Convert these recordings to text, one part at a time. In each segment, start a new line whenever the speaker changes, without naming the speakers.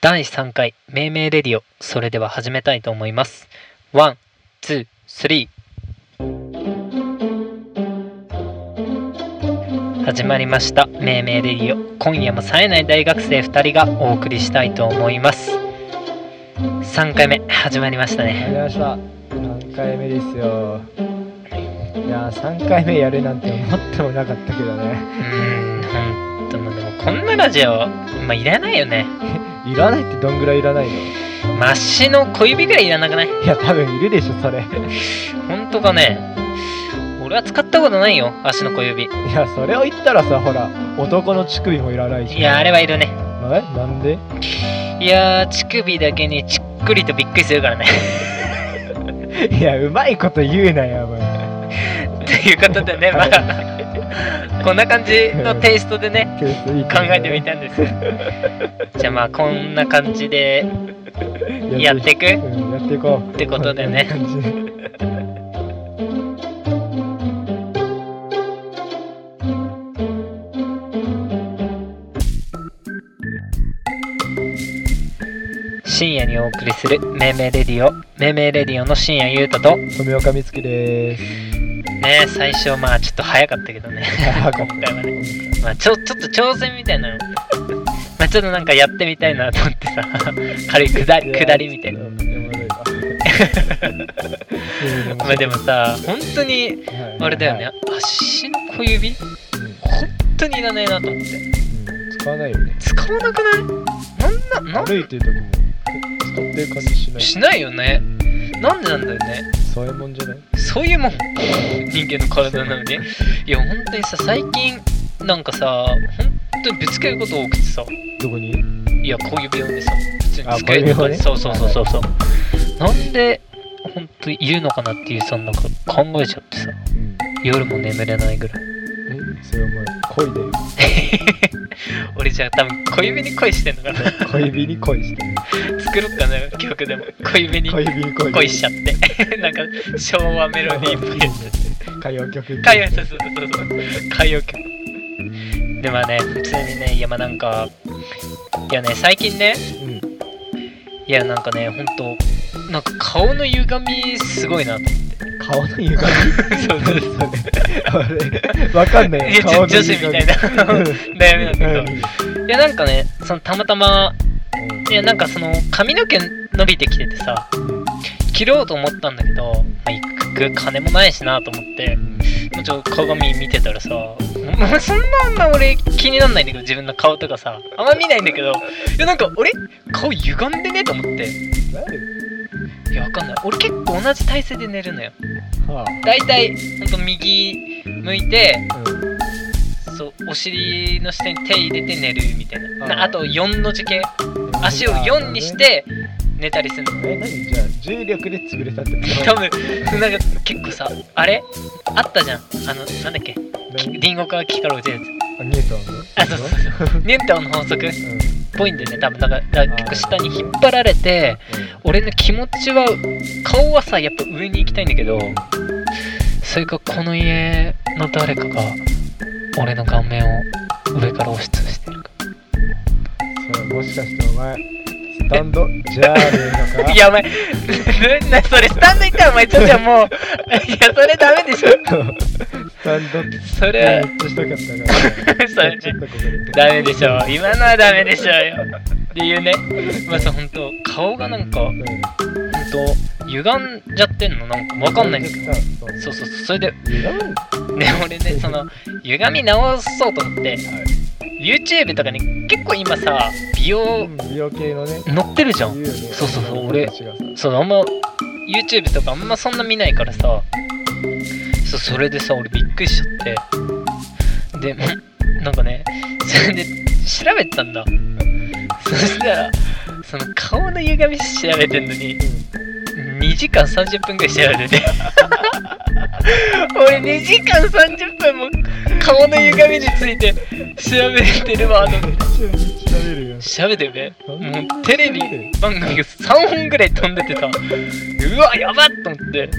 第3回命名レディオそれでは始めたいと思いますワンツースリー始まりました命名レディオ今夜も冴えない大学生2人がお送りしたいと思います3回目始まりました
や
ね
りました3回目ですよいやー3回目やるなんて思ってもなかったけど
う
ね
ーんほんともうでもこんなラジオまあいらないよね
いらないってどんぐらいいらないのい
マシの小指ぐらいいらなくない
や多分いるでしょそれい
ほんとかね俺は使ったことないよ足の小指い
やそれを言ったらさほら男の乳首もいらないじゃん
やあれはいるね
ななんで
いやー乳首だけにちっくりとびっくりするからね
いやうまいこと言うなよお前
ということでねまあこんな感じのテイストでね
ケースいい
考えてみたんですじゃあまあこんな感じで
て
やっていくっ
うんやっていこうって
ことでね深夜にお送りする「めいめいレディオ」「めいめいレディオ」の深夜ゆうたとね
富岡美月です
最初まあちょっと早かったけどね
早か
今
った
回は ね、まあ、ちょちょっと挑戦みたいなのまあちょっとなんかやってみたいなと思ってさ軽いくだりくだりみたいな
うんおもろいわ
まあでもさ本当に
はい
あれだよ
はい
ね足の小指本
うん
当にいらないなと思って
うん使わないよね
使わなくないなんなな
歩いてる時も使ってる感じしない
しないよねなんでなんだよね
そういうもんじゃない
そういうもん人間の体なのにいや本当にさ最近なんかさ本当にぶつけること多くてさ
どこに
いや小指をねさ普通に
あ
使える
小指
か
を
ら
ね
そうそうそうそうそうなんで本当にいるのかなっていうそんなんか考えちゃってさ
うん
夜も眠れないぐらい
えそれお前恋だよ
俺じゃあ多分小指に恋してんのかな
小指に恋してる
作ろっかな曲でも小指に
小指に 恋
恋しちゃって なんか昭和メロディーっぽいやつ
歌謡曲
海洋そうそうそうそう海洋曲でもね普通にねいやまあなんかいやね最近ね
うん
いやなんかねほんとなんか顔の歪みすごいなと
顔の歪み
そうそうそう
俺わかんない
いや
よ
ちょ
顔の
女子
歪
み
み
たいな 悩みなんだけどいやなんかねそのたまたまいやなんかその髪の毛伸びてきててさ切ろうと思ったんだけど、まあ、いく金もないしなと思ってもうちょっと鏡見てたらさもうそんなんな俺気になんないんだけど自分の顔とかさあんま見ないんだけどいやなんか俺顔歪んでねと思っていやわかんない俺結構同じ体勢で寝るのよ
は
だいたいほんと右向いて
あうん
そうお尻の下に手入れて寝るみたいな
あー
なあと4の字形足を4にして寝たりするの
え何じゃあ重力で潰れたってこ
多分なんか結構さあれあったじゃんあのなんだっけき
何
リンゴから木から落ちるや
あニュートンの
あそうそうつニュートンの法則っ
うん
ぽいんだよね多分だからだから結構下に引っ張られて俺の気持ちは顔はさやっぱ上に行きたいんだけどそれかこの家の誰かが俺の顔面を上から押しつぶしてるか
それもしかしてお前スタンドジャーレーのか
いやお前なそれスタンド行ったらお前ちょっともういやそれダメでしょ
スタンドって
それ
めっちゃしたかったから
それ
ちょっとここで
ダメでしょ今のはダメでしょうよっていうねまあさ本当顔がなんか本当歪んじゃってんのなんかわかんないんだけど
ど
そううそうそうそれで
いらんはい
ね俺ねその歪み直そうと思って YouTube とかに結構今さ美容
美容系のね
載ってるじゃ
言
ん
うよね
そうそうそう俺
たちがさ
そうあんま YouTube とかあんまそんな見ないからさそうそれでさ俺びっくりしちゃってで んなんかねそれで調べたんだそしたらその顔の歪み調べてんのに2時間30分ぐらい調べてて俺2時間30分も顔の歪みについて調べてるわと思って
調べるよ
調べてね
なんで
もうテレビ番組が3本ぐらい飛んでてさうわやばっと思って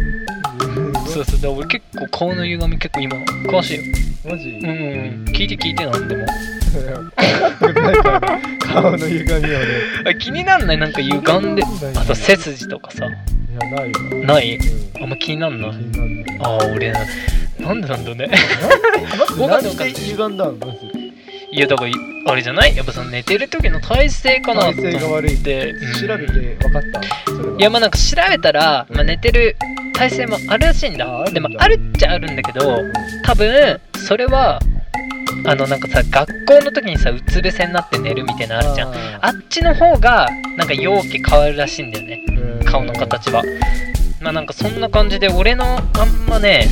そうそうで俺結構顔の歪み結構今詳しいよ
マジ
うん、うん、聞いて聞いてなんでも
それはなんか顔顔の歪みをね
あ気になんないなんか歪んであと背筋とかさ
いやないよ
ない
うん
あんま気になんない
気になんない
ああ俺ななんでなんだね
待って
わか
なん
ない
んで歪んだのまず
いやだからいあれじゃないやっぱその寝てる時の体勢かな
体
と思って
勢が悪いって
うん
調べて分かったそれはい
やまあなんか調べたら、まあ、寝てる体勢もあるらしいん
あ
だ
あるんだ
でもあるっちゃあるんだけど多分それはあのなんかさ学校の時にさうつ伏せになって寝るみたいなのあるじゃん
ん
あっちの方がなんか容器変わるらしいんだよね顔の形
形
はまあなんかそんな感じで俺のあんまね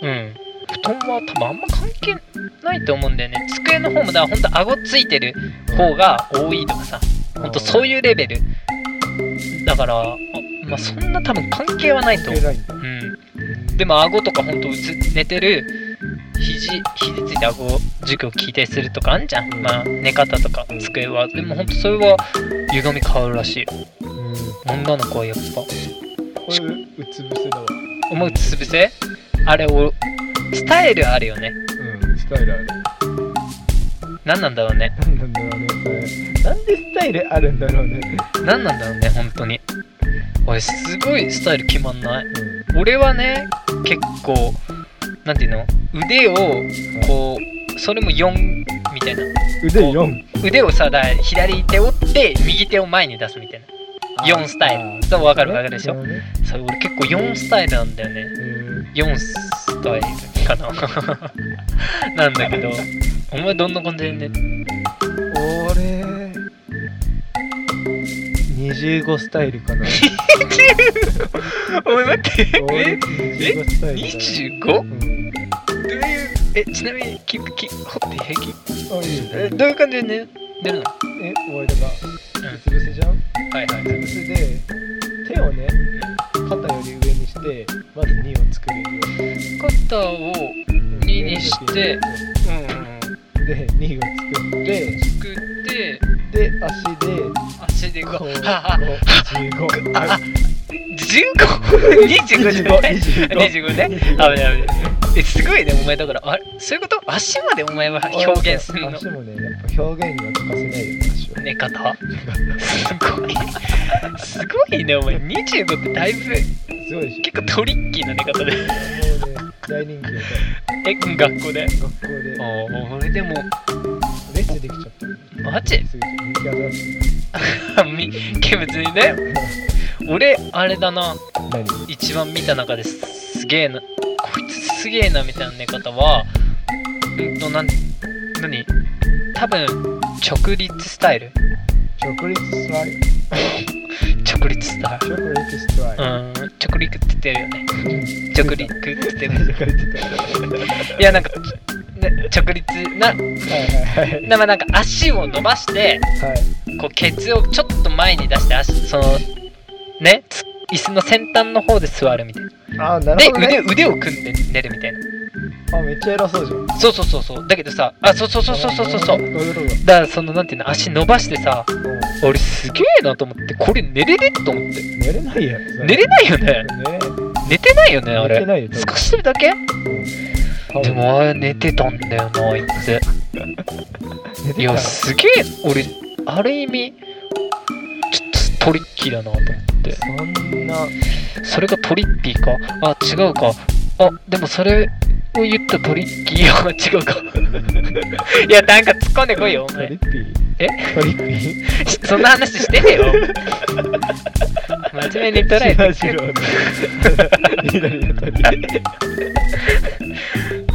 うん布団は多分あんま関係ないと思うんだよね机の方もだからほんと顎ついてる方が多いとかさほんとそう
う
いうレベルだからあまあそんな多分関係はないと
と
思う、うん、でも顎とかほんとうつ寝てる肘肘ついて顎塾を聞いたりするとかあんじゃんまあ寝方とか机はでもほんとそれは歪み変わるらしい女の子はやっぱ
これうつ伏せだわ
思うつぶせあれをスタイルあるよね
うんスタイルある
何なんだろうね
なんなんだろうねこれなんでスタイルあるんだろうね
何なんだろうね本当に俺すごいスタイル決まんない俺はね結構なんていうの腕をこうそれも4みたいな
腕4
腕をさだから左手折って右手を前に出すみたいな4スタイルそう分かる分かるでしょそれ俺結構4スタイルなんだよね4スタイルかな なんだけどお前どんな感じでね
俺25スタイル かな
お前待って
俺25スタイルだな
25?
うん
どういうえちなみにきき掘って平気
あいいよ
えどういう感じで寝寝るのは
え俺だからうつ伏せじゃんう
いはい
つ伏せで手をね肩より上にしてまず2を作るよ
肩を
うん
二にしてうん
で2を作って
作って
で足で
足で
こう
5
15
あ
あ
15?25 じゃない25ね危な
25
い危ないえすごいねお前だからあれそういうこと足までお前は表現するの
足もねやっぱ表現には欠かせないよね足は
寝方すごいすごいねお前25ってだいぶ
すごいでし
結構トリッキーな寝方で
ょもうね大人気だ
え学校で
から学校で
ああ俺でも
レッスンできちゃった
マジ
すぐ右肩だし
みけ別にね俺あれだな
何
一番見た中ですすげえなこいつすげえなみたいな寝方はうんとなん何多分直立スタイル
直立ストライク
直立スタイル
直立ストライ
う
ク
ん直立って言ってるよね直立って言って
最初
る
から言ってた
いやなんか、ね、直立な
はいはいはい
なまあなんか足を伸ばして
はい
こうケツをちょっと前に出して足そのねつ椅子の先端の方で座るみたいな
あーなる
で
ほど、ね、
腕腕を組んで寝るみたいな
あめっちゃ偉そうじゃん
そうそうそうそうだけどさあそうそうそうそうそうそうそう
どういうこ
だからそのなんていうの足伸ばしてさ
とも
俺すげえなと思ってこれ寝れねと思って
う寝れないやん
寝れないよね
寝れ
寝てないよねあ
寝て
れ
ないよ多分
少しだけ
多分
でもあれ寝てたんだよなあいつ
寝
い
てた
や
ら
すげえ俺ある意味ちょっとトリッキーだなと思って
そんな
それがトリッピーかあ違うかあでもそれを言ったトリッキーは 違うか いやなんか突っ込んでこいよお
トリ
前
ッピー
え
トリッピー
そんな話して ねえよ真面目に捉え
しばし
て
ば左当たり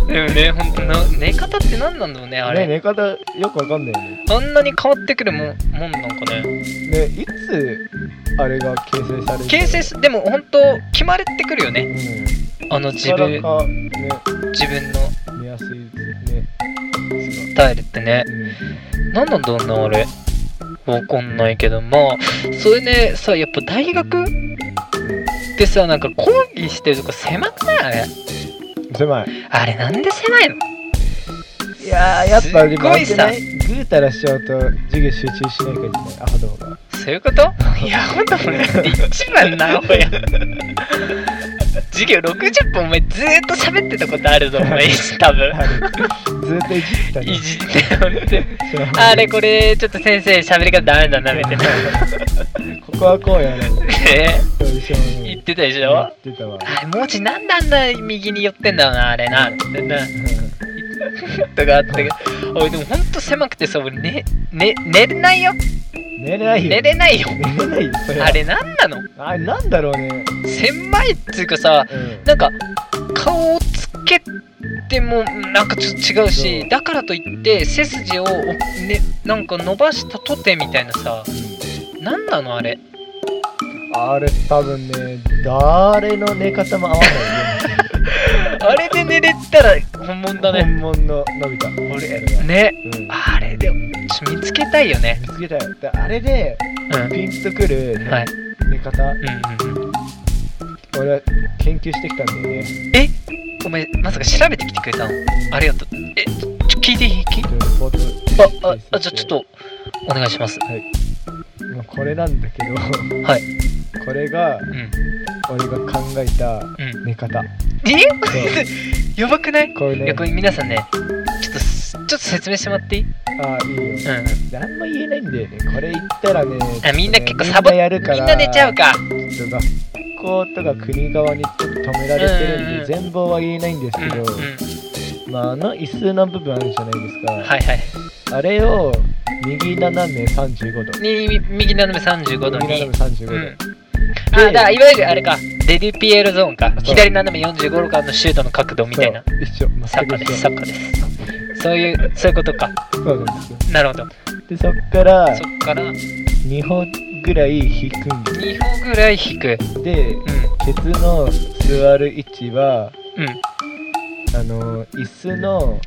でもねほんとな寝方って何なんだろうねあれ
ね寝方よくわかんないよね
あんなに変わってくるもんもんなんかね
ねいつあれが形成される
形成
さ
すでもほんと決まれてくるよねあの自
うんな
分
かなかね
自分の
寝やすいですね
スタイルってね何なんだろうなあれわかんないけどまあそれねさやっぱ大学ってさなんか講義してるとこ狭くないあれ
うん狭い
あれなんで狭いの
いやーやっぱ
すっごいさ
でもあれじゃないぐうたらしちゃうと授業集中しないからいけないアホどうが
そういうこといやほんともうね一番なおや授業60分お前ずーっと喋ってたことあるぞお前多分
あるずっといじってたね
いじってほんとに
そう
あれこれちょっと先生喋り方ダメだなみたいな
ここはこうやろう
え
そうでしょ
言ってたでしょ
言
あ
ってたわ
れ文字なんであんな右に寄ってんだろうなあれなってな
う
とかあったけどおいでもほんと狭くてさ俺ねね寝れないよ
ん寝れないよ
寝れないよ
寝れないよそれは
あれなんなの
あれなんだろうね
狭いっつうかさ
うん
なんか顔をつけてもなんかちょっと違うしだからといって背筋を、ね、なんか伸ばしたとてみたいなさなんなのあれ
あれ多分ね誰の寝方も合わないよ
あれで寝れたら本物だね
本物の伸びた
俺
それは
ね
うん
あれでちょ見つけたいよね
見つけたよであれで
うん
ピンとくるね
はい
寝方
うんうんうん
俺は研究してきたんだよね
えお前まさか調べてきてくれたのありがとうえちょ聞いていい聞い
ちょっとレポート
あああじゃあちょっとお願いします
まあこれなんだけど
はい
これが
うんうん
俺が考えた寝方
え
そ う
やばくない
これ
いやこれ
ね
皆さんねちょっとすちょっと説明してもらっていい
あいい
う
よ
ん
何も言えないんだよねこれ言ったらね
あみんな結構
ちょっとね
サボっ
みんなやるから
みんな寝ちゃうか
ちょっと学校とか国側にちょっと止められてるんで、
うんうん
全貌は言えないんです
う
け
んう
ど、
ん
まああの椅子の部分あるじゃないですか、
はいはい
あれを右斜め35度
に右斜め35度
右
に
斜め
う
35度、
んあだからいわゆるあれかデデュピエロゾーンか
そう
左斜め45度からのシュートの角度みたいな
そう一緒
サッカー
全
で
く
す
一
サ
緒
ッカーですそういうそういうことか
そうなんですよ
なるほど
でそっから
そっから2
2本ぐらい引くんで
歩ぐらい引く
で
う
ケツの座る位置は
んうん
あの椅子の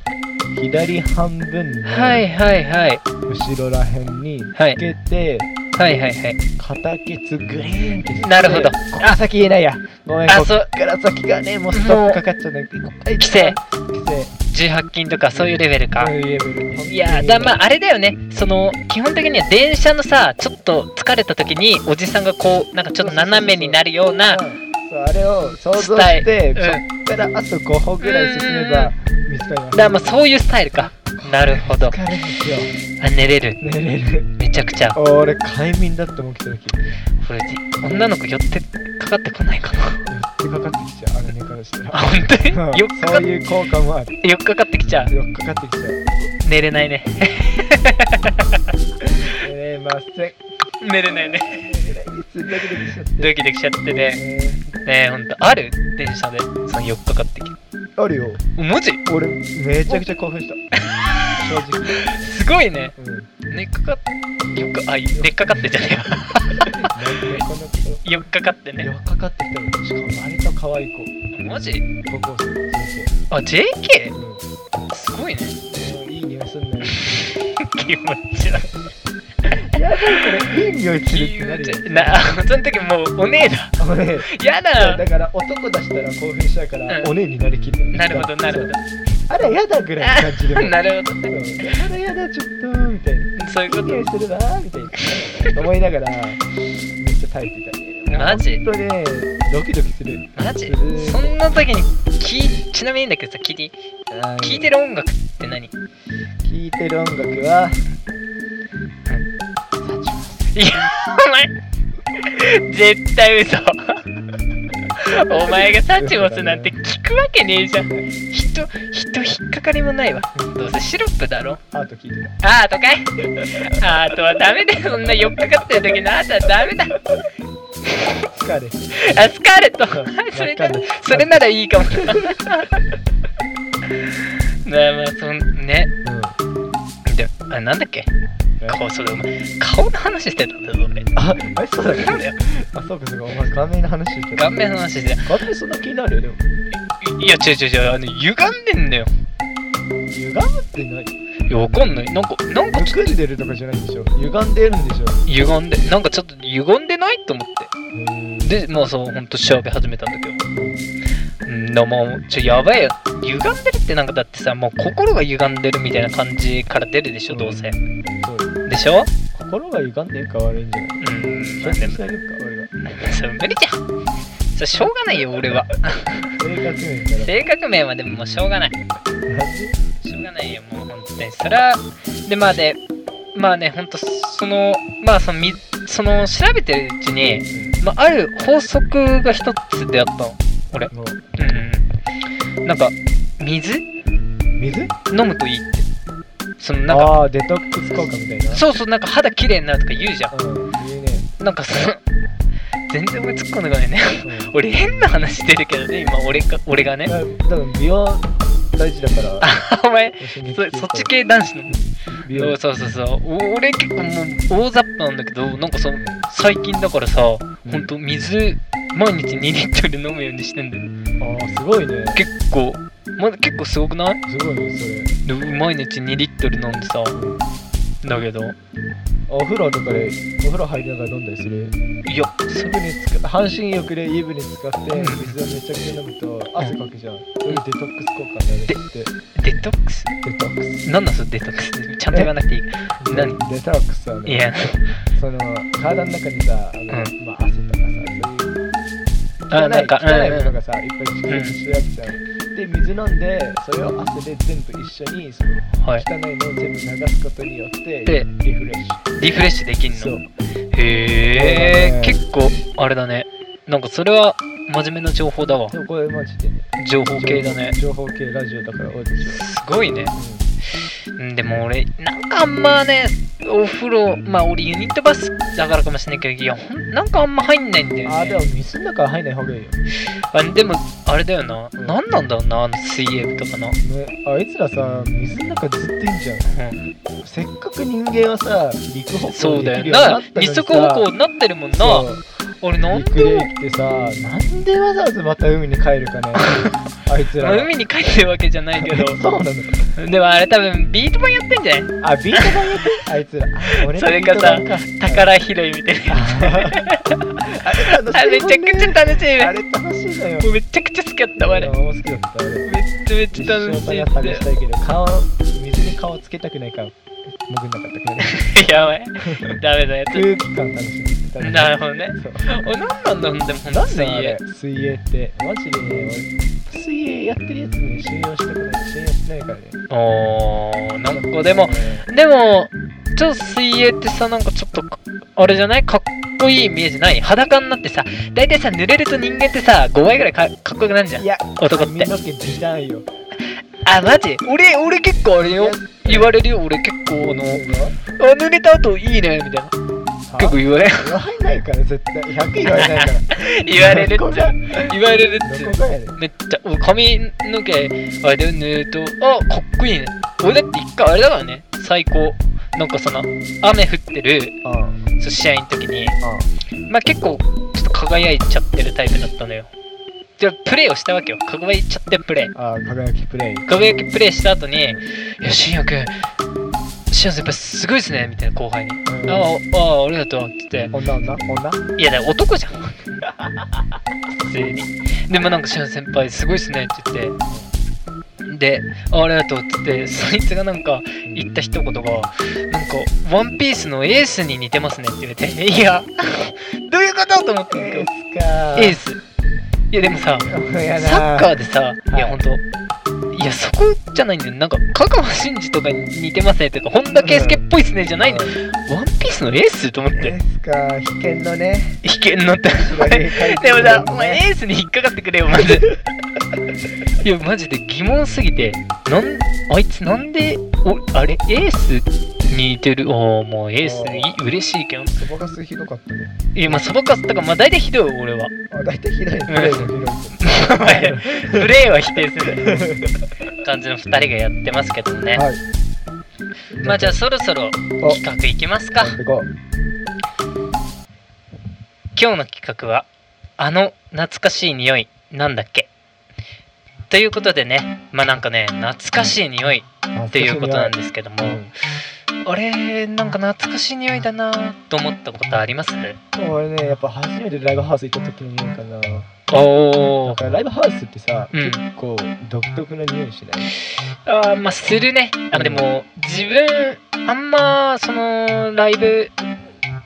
左半分の
はいはいはい
後ろらへんに
はい
つけて、
はいはいはい
片ケツグリーンってして
なるほど
こっ先言えないやごめん
あ
こっ
そう
から先がねもうストップかかっちゃうね規
規制
規制
18金とかそういうレベルか
そういうレベル
いやーだまああれだよねその基本的には電車のさちょっと疲れた時におじさんがこうなんかちょっと斜めになるような
うんそうあれを想像
スタ
し
イ
て、
ル
そっからあと5歩ぐらい進めば見つかり
だか
ます
らまあそういうスタイルかなるほど
疲れますよ
あ寝れる
寝れる
めちゃくちゃ
俺快眠だって思ってた時
これ女の子寄ってかかってこないかな
寄ってかかってきちゃうあれ寝か らしたら
あ本当
うん
によっかか
そういう効果もある
よっかかってきちゃう
寄っかかってきちゃう
寝れないね
寝れません
寝れないね
寝れないですドキドキしちゃって
ドキドキしちゃってね
ね
ねえほんとある電車でそのよっかかってき
あるよ
マジ
俺めちゃくちゃ興奮した正直、
すごいね
うん、なんで
寝っかかってよっかあでっかかってじゃねえわ
こんなこと
よっかかって
寄
ね
っかかってきたのしかも割と可愛い
マジ
子高校生先
あ JK?
生、うん、も
すごいね
ういい匂いすんなよ
気持ち悪い
やばいこれいい匂いするってなるよ
なその時もうおねえだ
おね
やだ
だから男出したら興奮しちゃうから、
うん
おねになりきる
なるほどなるほど
どあれやだぐらいの感じでも
なるほど
う
ね
んあれやだちょっとみたいな
そういう
いい
こ
匂いするなーみたいな思いながらめっちゃ耐えてたね
マジ
ほんとねドキドキする
とマジ
うん
そんな時に聞いちなみにだけどさ聞いていい聞いて
る
る音楽って何い
聞いてる音楽は
やお前絶対嘘お前がサチモスなんて聞くわけねえじゃん人人引っかかりもないわどうせシロップだろ
アート聞いてた
アートかいアートはダメだよそんなよっかかってる時のアートはダメだ
疲れ
あ、スカーレット
うん
それなら
わかんない
それならいいかも なねまあそんね
うん
であなんだっけ
え
顔それお前顔の話してたんだぞ俺
ああれそうだっけ
なんだよ
あそうかそうかお前顔面の話してた
顔面の話してた
顔面そんな気になるよでも
いや違う違う違うあの歪んでんだよ
歪むってない
いやわかんないなんかなんかちょっ
むくんでるとかじゃないんでしょ歪んでるんでしょ
と歪んでなんかちょっと歪んでないと思っ
うーん
てでまあそうほんと調べ始めたんだけどうんだもうちょやばいよ歪んでるってなんかだってさもう心が歪んでるみたいな感じから出るでしょどうせ
そう
でしょ
心が歪んでるか悪いんじゃない
うん
気
まあ
を
で
つけ
も
てあげるか俺が
それ無理じゃんそれしょうがないよ俺は
生活面から
性格面はでももうしょうがないしょうがないよもう本当にそれはでまあでまあねほんとそのまあそのみその調べてるうちに、まあ、ある法則が一つ出会ったの俺
も
うんなんか水
う水
飲むといいってそのなんか
ああーデトックス効果みたいな
そうそうなんか肌綺麗になるとか言うじゃ
うん言うね
んなんかその全然思いつっこながないね
うん
俺変な話してるけどね今俺が俺がね
だ多分美容大事だから
あお前
一緒に
そ そっち系男子なの
美容
そうそうそうそうお俺結構もう大雑把なんだけどなんかその最近だからさ、
うん
ほんと水毎日2リットル飲むようにしてんだよ
ああすごいね
結構、ま、結構すごくない
すごいねそれ
で毎日2リットル飲んでさだけど
お風呂とかでお風呂入りながら飲んだりする
いや
湯船使って半身浴で湯船使って水をめちゃくちゃ飲むと汗かくじゃんそれでデトックス効果になるって
デトックス
デトックス
何なんそれデトックスってちゃんと言わなくていいから何
デトックスはね
いや
その体の中にさあの、
ん
まあ、汗とかさそういう汚
あ
い
なんか
汚いもの
うん
がさいっぱい蓄積してるわけじゃん、で水飲んでそれを汗で全部一緒にその
はい
汚いのを全部流すことによって
で
リフレッシ
リフレッシュできん
ュそ
の
う
へ
そうだ
え
ね
結構あれだねなんかそれは真面目な情報だわ
でもこれマジでね
情報系だね
情報系ラジオだから多いでしょ
すごいねうんでも俺なんかあんまねお風呂まあ俺ユニットバスだからかもしれないけどいやほんなんかあんま入んないんだよね
あーでも水の中は入んない方がいいよ、
あでもあれだよな
うん
何なんだろうなあの水泳部とかの、
ね、あいつらさ水の中ずっといいんじゃん
うん、
せっかく人間はさ陸歩
そ
行
う
で
だよ
きるようにな
な
ったのに
二
さ
足歩行になってるもんな
そう
俺なん
陸で
で
生きてさなんでわざわざまた海に帰る かねあいつ
ま
ら
あ海に帰ってるわけじゃない け
そう
ど
なの
でもあれ多分ビート板やってんじゃない
あビート板やってるあいつらあ俺
そ
ら
れ
ビ
か
ート
さ
板か
宝拾いみたいな
あれ楽
あ
し
め
い
ちゃ
もんね
くちゃ楽しい
あ
ね
れ楽し いのよ
もうめちゃくちゃ好きだったわあれ
俺
めっ
も好きだったあれ
ちゃめち
一
ゃ
生
楽しい
パ
っ
ン探してたいけど顔水に顔つけたくないから潜んなかったけどね
やばいダメだやつ
空気感楽しみ楽しみ
なるほどね
そう
おなんなんだろうでもほん
な
と
ん
水
だあれ
泳
水泳ってマジでね俺水泳やってるやつね信用したくない信用してないからね
おーなんかでも
ね
でもちょっと水泳ってさなんかちょっとかあれじゃないかっこいいイメージない裸になってさ大体さ濡れると人間ってさ5倍ぐらいかかっこよくなるじゃん
いや
男っ
髪
て
の毛美男よ
あマジ俺俺結構あれよ言われるよ俺結構あのあ濡れた後いいねみたいな結構
構
言われ
言われないから絶対100言われないから
言われる
ど
っ
こ
ちゃ
が
言われるっち
ど
ゃ
こがやねん
めっちゃ俺髪の毛あれだよねえっとあかっこいいね俺だって一回あれだからね最高なんかその雨降ってる
ああ
そう試合の時に
ああ
まあ結構ちょっと輝いちゃってるタイプだったのよでプレーをしたわけよ輝いちゃってプレー
ああ輝きプレイ
輝きプレーした後に「いやしんやくんしんや先輩すごいですね」みたいな後輩に「
うん
あああありがとう」っつって
女女女
いやだから男じ ゃん普通にでもなんか「しんや先輩すごいですね」って言ってで「あありがとう」っつってそいつがなんか言った一言がなんか「ワンピースのエースに似てますね」って言われて「いや どういうこと?」と思ってんだけ
エ
ど
ースか
エースいやでもさ
ーやだ
サッカーでさいや
は
ほ
い
んといやそこじゃないんだよなんか香川真司とかに似てますねとか本田圭佑っぽいっすねじゃないの
うん
ワンピースのエースと思っ
エ
て
ースかー危険のね
引けんのって
白毛海
でも
賊だ
さ
ね
お前エースに引っかかってくれよまず いやマジで疑問すぎてなんあいつなんでおあれエースに似てるおーもうエースい嬉しいけど
そばかすひどかったね
いやまあそばかすとかまあ大体ひどいよ 俺は
あ大体ひどいねプレイのひどい
お前プレーは否定する感じの2人がやってますけどもね、
はい
まあじゃあそろそろ
お
企画いきますか
やってこう
今日の企画はあの懐かしい匂いなんだっけということでねまあなんかね懐かしい匂いっていうことなんですけどもあれなんか懐かしい匂いだなと思ったことあります
うん俺ねやっぱ初めてライブハウス行った時の匂いかな
お
だからライブハウスってさ、
うん
結構独特な匂いしない
あーまあするねあのでも自分あんまそのライブ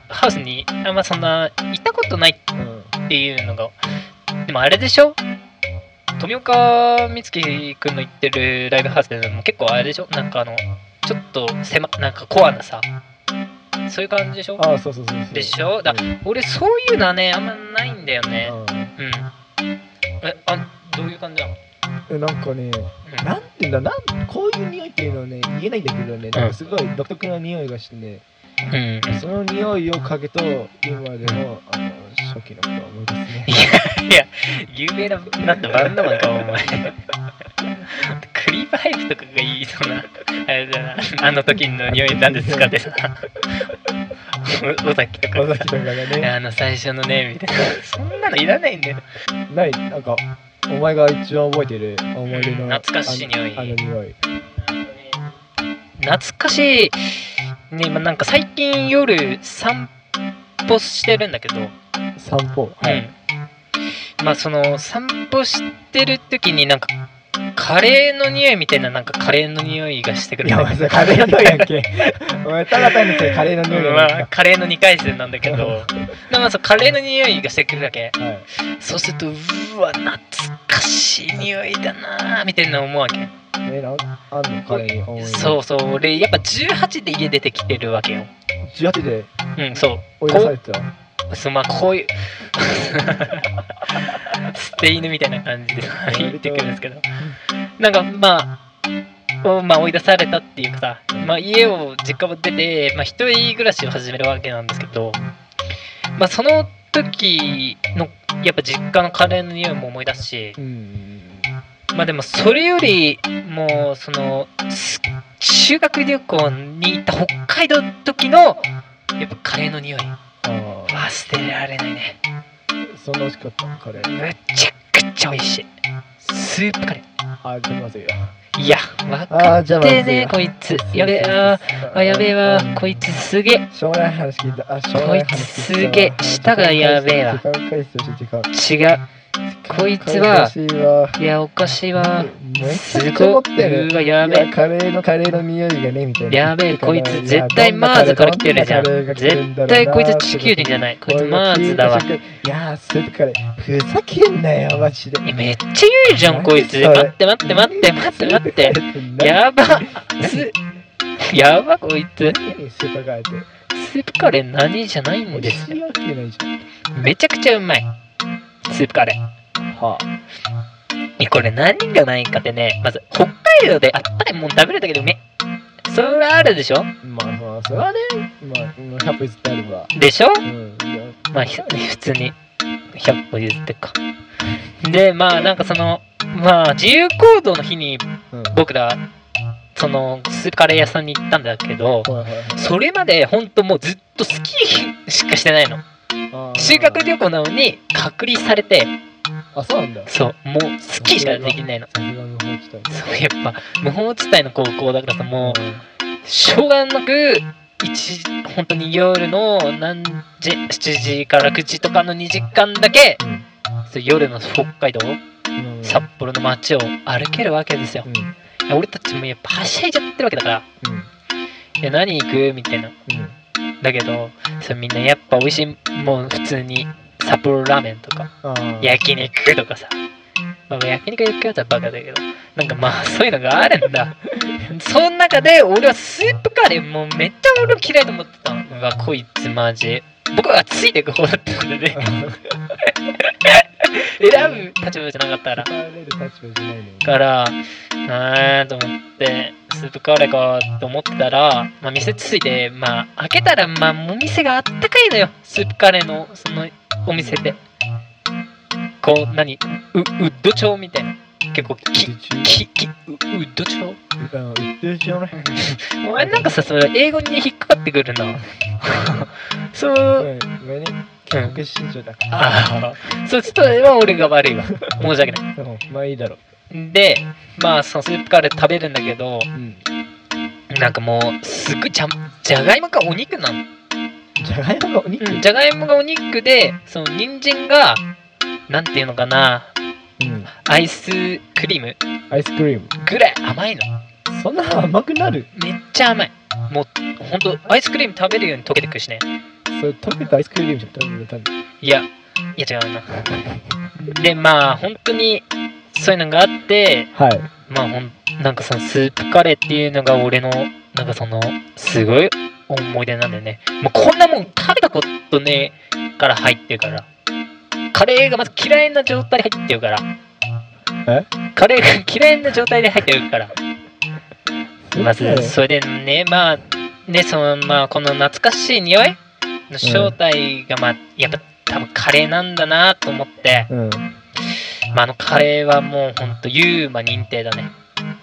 ハウスにあんまそんな行ったことない
うん
っていうのがでもあれでしょ富岡美月くんの言ってるライブハウスでも結構あれでしょなんかあの、ちょっと狭、なんかコアなさ、そういう感じでしょ
ああ、そうそうそうそう。
でしょだ俺そういうのはね、あんまないんだよね。
う
うん。え、あ、どういう感じなの
ん、えなんかね、なんていうんだ、なんこういう匂いっていうのはね、言えないんだけどね、なんかすごい独特な匂いがしてね、
うん。うん。
その匂いを嗅ぐと、今でもあの初期のことを思い出すね。
いや、有名ななんてバンドマンか、お前。クリープハイプとかが言いそうな、あれだな、あの時の匂いなんで使ってさ、お尾崎とか
尾
がさ
崎とかが
いや
ね、
あの最初のね、みたいな。そんなのいらないんだよ。
ない、なんか、お前が一番覚えてる思い出の、
懐かしい匂い
あのあの匂い。
懐かしい。ね、今なんか最近夜散歩してるんだけど、
散歩。はい。
うん。まあその散歩してる時になんか、カレーの匂いみたいななんかカレーの匂いがしてくる
い
んだけ
や、
ど
お前それカレーの匂いやんけ。お前、ただ単にそれカレーの匂い
うん
やん
まあ、
か。
カレーの2回戦なんだけ どまあまあそうカレーの匂いがしてくるだけ
はい。
そうするとうーわ懐かしい匂いだなーみたいな思うわけ
え、なんあんのカレーに思い出。
そうそう俺やっぱ18で家出てきてるわけよ
18で
うんそ
追い出されてた。
うそうまあこういう捨て犬みたいな感じで入ってくるんですけどなんかまあおまあ追い出されたっていうかさ、まあ、家を実家を出て、まあ、一人暮らしを始めるわけなんですけど、まあ、その時のやっぱ実家のカレーの匂いも思い出すし
うん。
まあでもそれよりもうそのす修学旅行に行った北海道の時のやっぱカレーの匂い
ああ、
忘れられないね
そんな美味しかった、カレー。
むちゃくちゃ美味しいスープカレ
あ、じゃあまずいよ。
ーいや分
あ
か
ー
っ
じゃあまず
て
い
ね
わ
こいつやべえあーあやべえわこいつすげえ
しょうもない話聞いた。あ、しょうもない話聞いた。
こいつすげえ舌がやべえわ
時間返してほしい、時間。
違うこいつは
時間返してほしいわ
いやおかしいわ
めっ
す
ちゃ
ご
持
い
ってる。
うわやべ
いや
え
カレーのカレーの匂いがね、みたいな。
やべえこいつ絶対
いや
マーズから来てるじゃん
どなカレーが来てん
絶
だろう
対
な
こいつ地球人じゃないこいつマーズだわ
いやー、スープカレー。ふざけんなよ、マジで。
えめっちゃ言うじゃんこいつ
何それ
待って待って待って待って待って
スープカレーって何
やばすやばこいつ
何スープカレーって。
スープカレー何じゃないん
美味
です
し
よ
いわけないじゃん。
めちゃくちゃうまいスープカレー
はあ。
いやこれ何がないかってねまず北海道であったかいもん食べるだけでうめえそれはあるでしょ
まあまあ、それはね、まあ、うん100歩譲ってあるわ。
でしょ
うん。いや
まあひ普通に100歩譲ってかでまあなんかそのまあ自由行動の日に
うん
僕らそのスープカレー屋さんに行ったんだけど
はいはいはい
それまでほんともうずっとスキーしかしてないの
あー
修学旅行なのに隔離されて
あ、そうなんだ。
そうもうスキーしかできないの
さすが無法地帯。
そうやっぱ無法地帯の高校だからさもうしょうがなく一本当に夜の何時7時から9時とかの2時間だけ
うん、うん
そう夜の北海道
うん
札幌の街を歩けるわけですよ
うんうん
いや俺たちもやっぱはしゃいじゃってるわけだからいや何行くみたいな
うん
だけどそうみんなやっぱ美味しいもう普通に札幌ラーメンとか
あー
焼肉とかさ、まあ、焼肉行くやつはバカだけどなんかまあそういうのがあるんだその中で俺はスープカレーもうめっちゃ俺嫌いと思ってたのうわこいつマジ僕はついていく方だったんでね選ぶ立場じゃなかったから
答えれる立場じゃないのに
からあーと思ってスープカレーかと思ってたら、まあ、店ついてまあ開けたらまあお店があったかいのよスープカレーのそのお店でこう何ウウッド調みたいな結構き
宇宙
ききウウッド調
あの宇宙上の
お前なんかさそれ英語に引っかかってくるな そう、
うんごめんね
うん、
国新だか
ああそうちょっとは俺が悪いわ申し訳ない
らうんまあいいだろ
でまあそのスープカレー食べるんだけど
ううん
なんかもうすっごいじゃじゃがいもがお肉なの、
じゃがいもがお肉
うん、じゃがいもがお肉でその人参がなんていうのかな
うん
アイスクリーム
アイスクリーム
ぐらい甘いの
そんな甘くなる
めっちゃ甘いもうほんとアイスクリーム食べるように溶けてくしね
それ溶けたアイスクリームじゃん食べる食べる
いやいや違うなでまあ本当にそういうのがあって
はい。
まあほんなんかそのスープカレーっていうのが俺のなんかそのすごい思い出なんだよねもうこんなもん食べたことねえから入ってるからカレーがまず嫌いな状態で入ってるから
え
カレーが 嫌いな状態で入ってるからまずそれでねまあねそのまあこの懐かしい匂いの正体がまあやっぱ多分カレーなんだなと思って、
うん。
まあ、あのカレーはもうほんとユーマ認定だね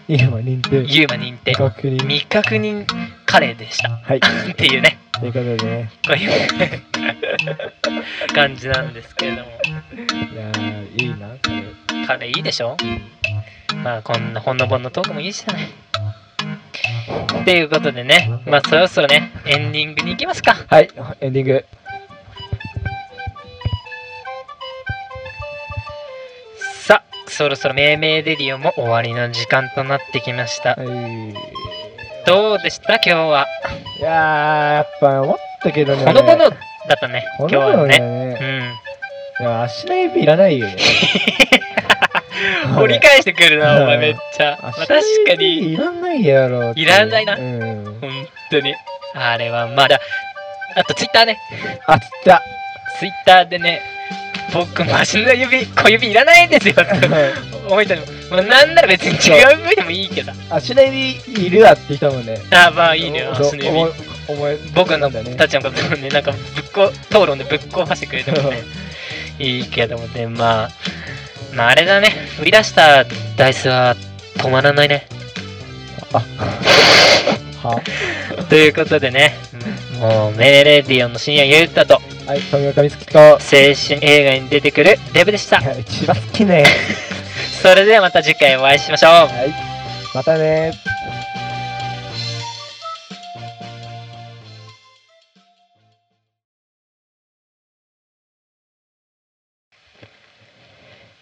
今認定。
ユーマ認定
確認。
未確認カレーでした
はい。
っていうね
ということでね。
こういう感じなんですけれども
いやー、いいな、これ。
カレーいいでしょまあこんなほのぼのトークもいいじゃないっていうことでねまあそろそろねエンディングに行きますか
はい、エンディング。
さあそろそろ命名レディオも終わりの時間となってきました
はい。
どうでした今日はい
やー、やっぱ思ったけどね。
ほのぼのだったね今
ほ
日
のぼ
は
のだよ
ね
ね。
う
いや、足の指いらないよ ね。
ん掘り返してくるなお前めっちゃ、まあ、
足
確
の
かに
指いらないやろって。
いらないな
うん。
本当に。あれはまだ。あとツイッターね。
あ、つった。
ツイッターでね、僕、マシンの指、小指いらないんですよって思いたの。まあ、なんなら別に違う部位でもいいけど。
足の指いるわって言ったもんね。
ああ、まあいいね、
お
足の
お
指。
お前
僕の
だね。
たちのこともね、なんかぶっこ、討論でぶっ壊してくれてもね、いいけどもね、まあ、まああれだね、振り出したダイスは止まらないね。
は
ということでね、もう、メーレディオンの深夜ゆうたと、
はい、富岡美月と。
青春映画に出てくるデブでした
い。や一番好きね。
それではまた次回お会いしましょう。
はい。またね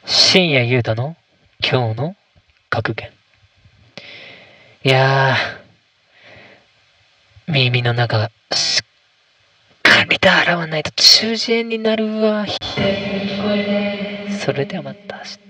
深夜ゆうたの今日の格言。いやー、耳の中、しっかりと洗わないと中耳炎になるわ。ひでえそれではまた明日。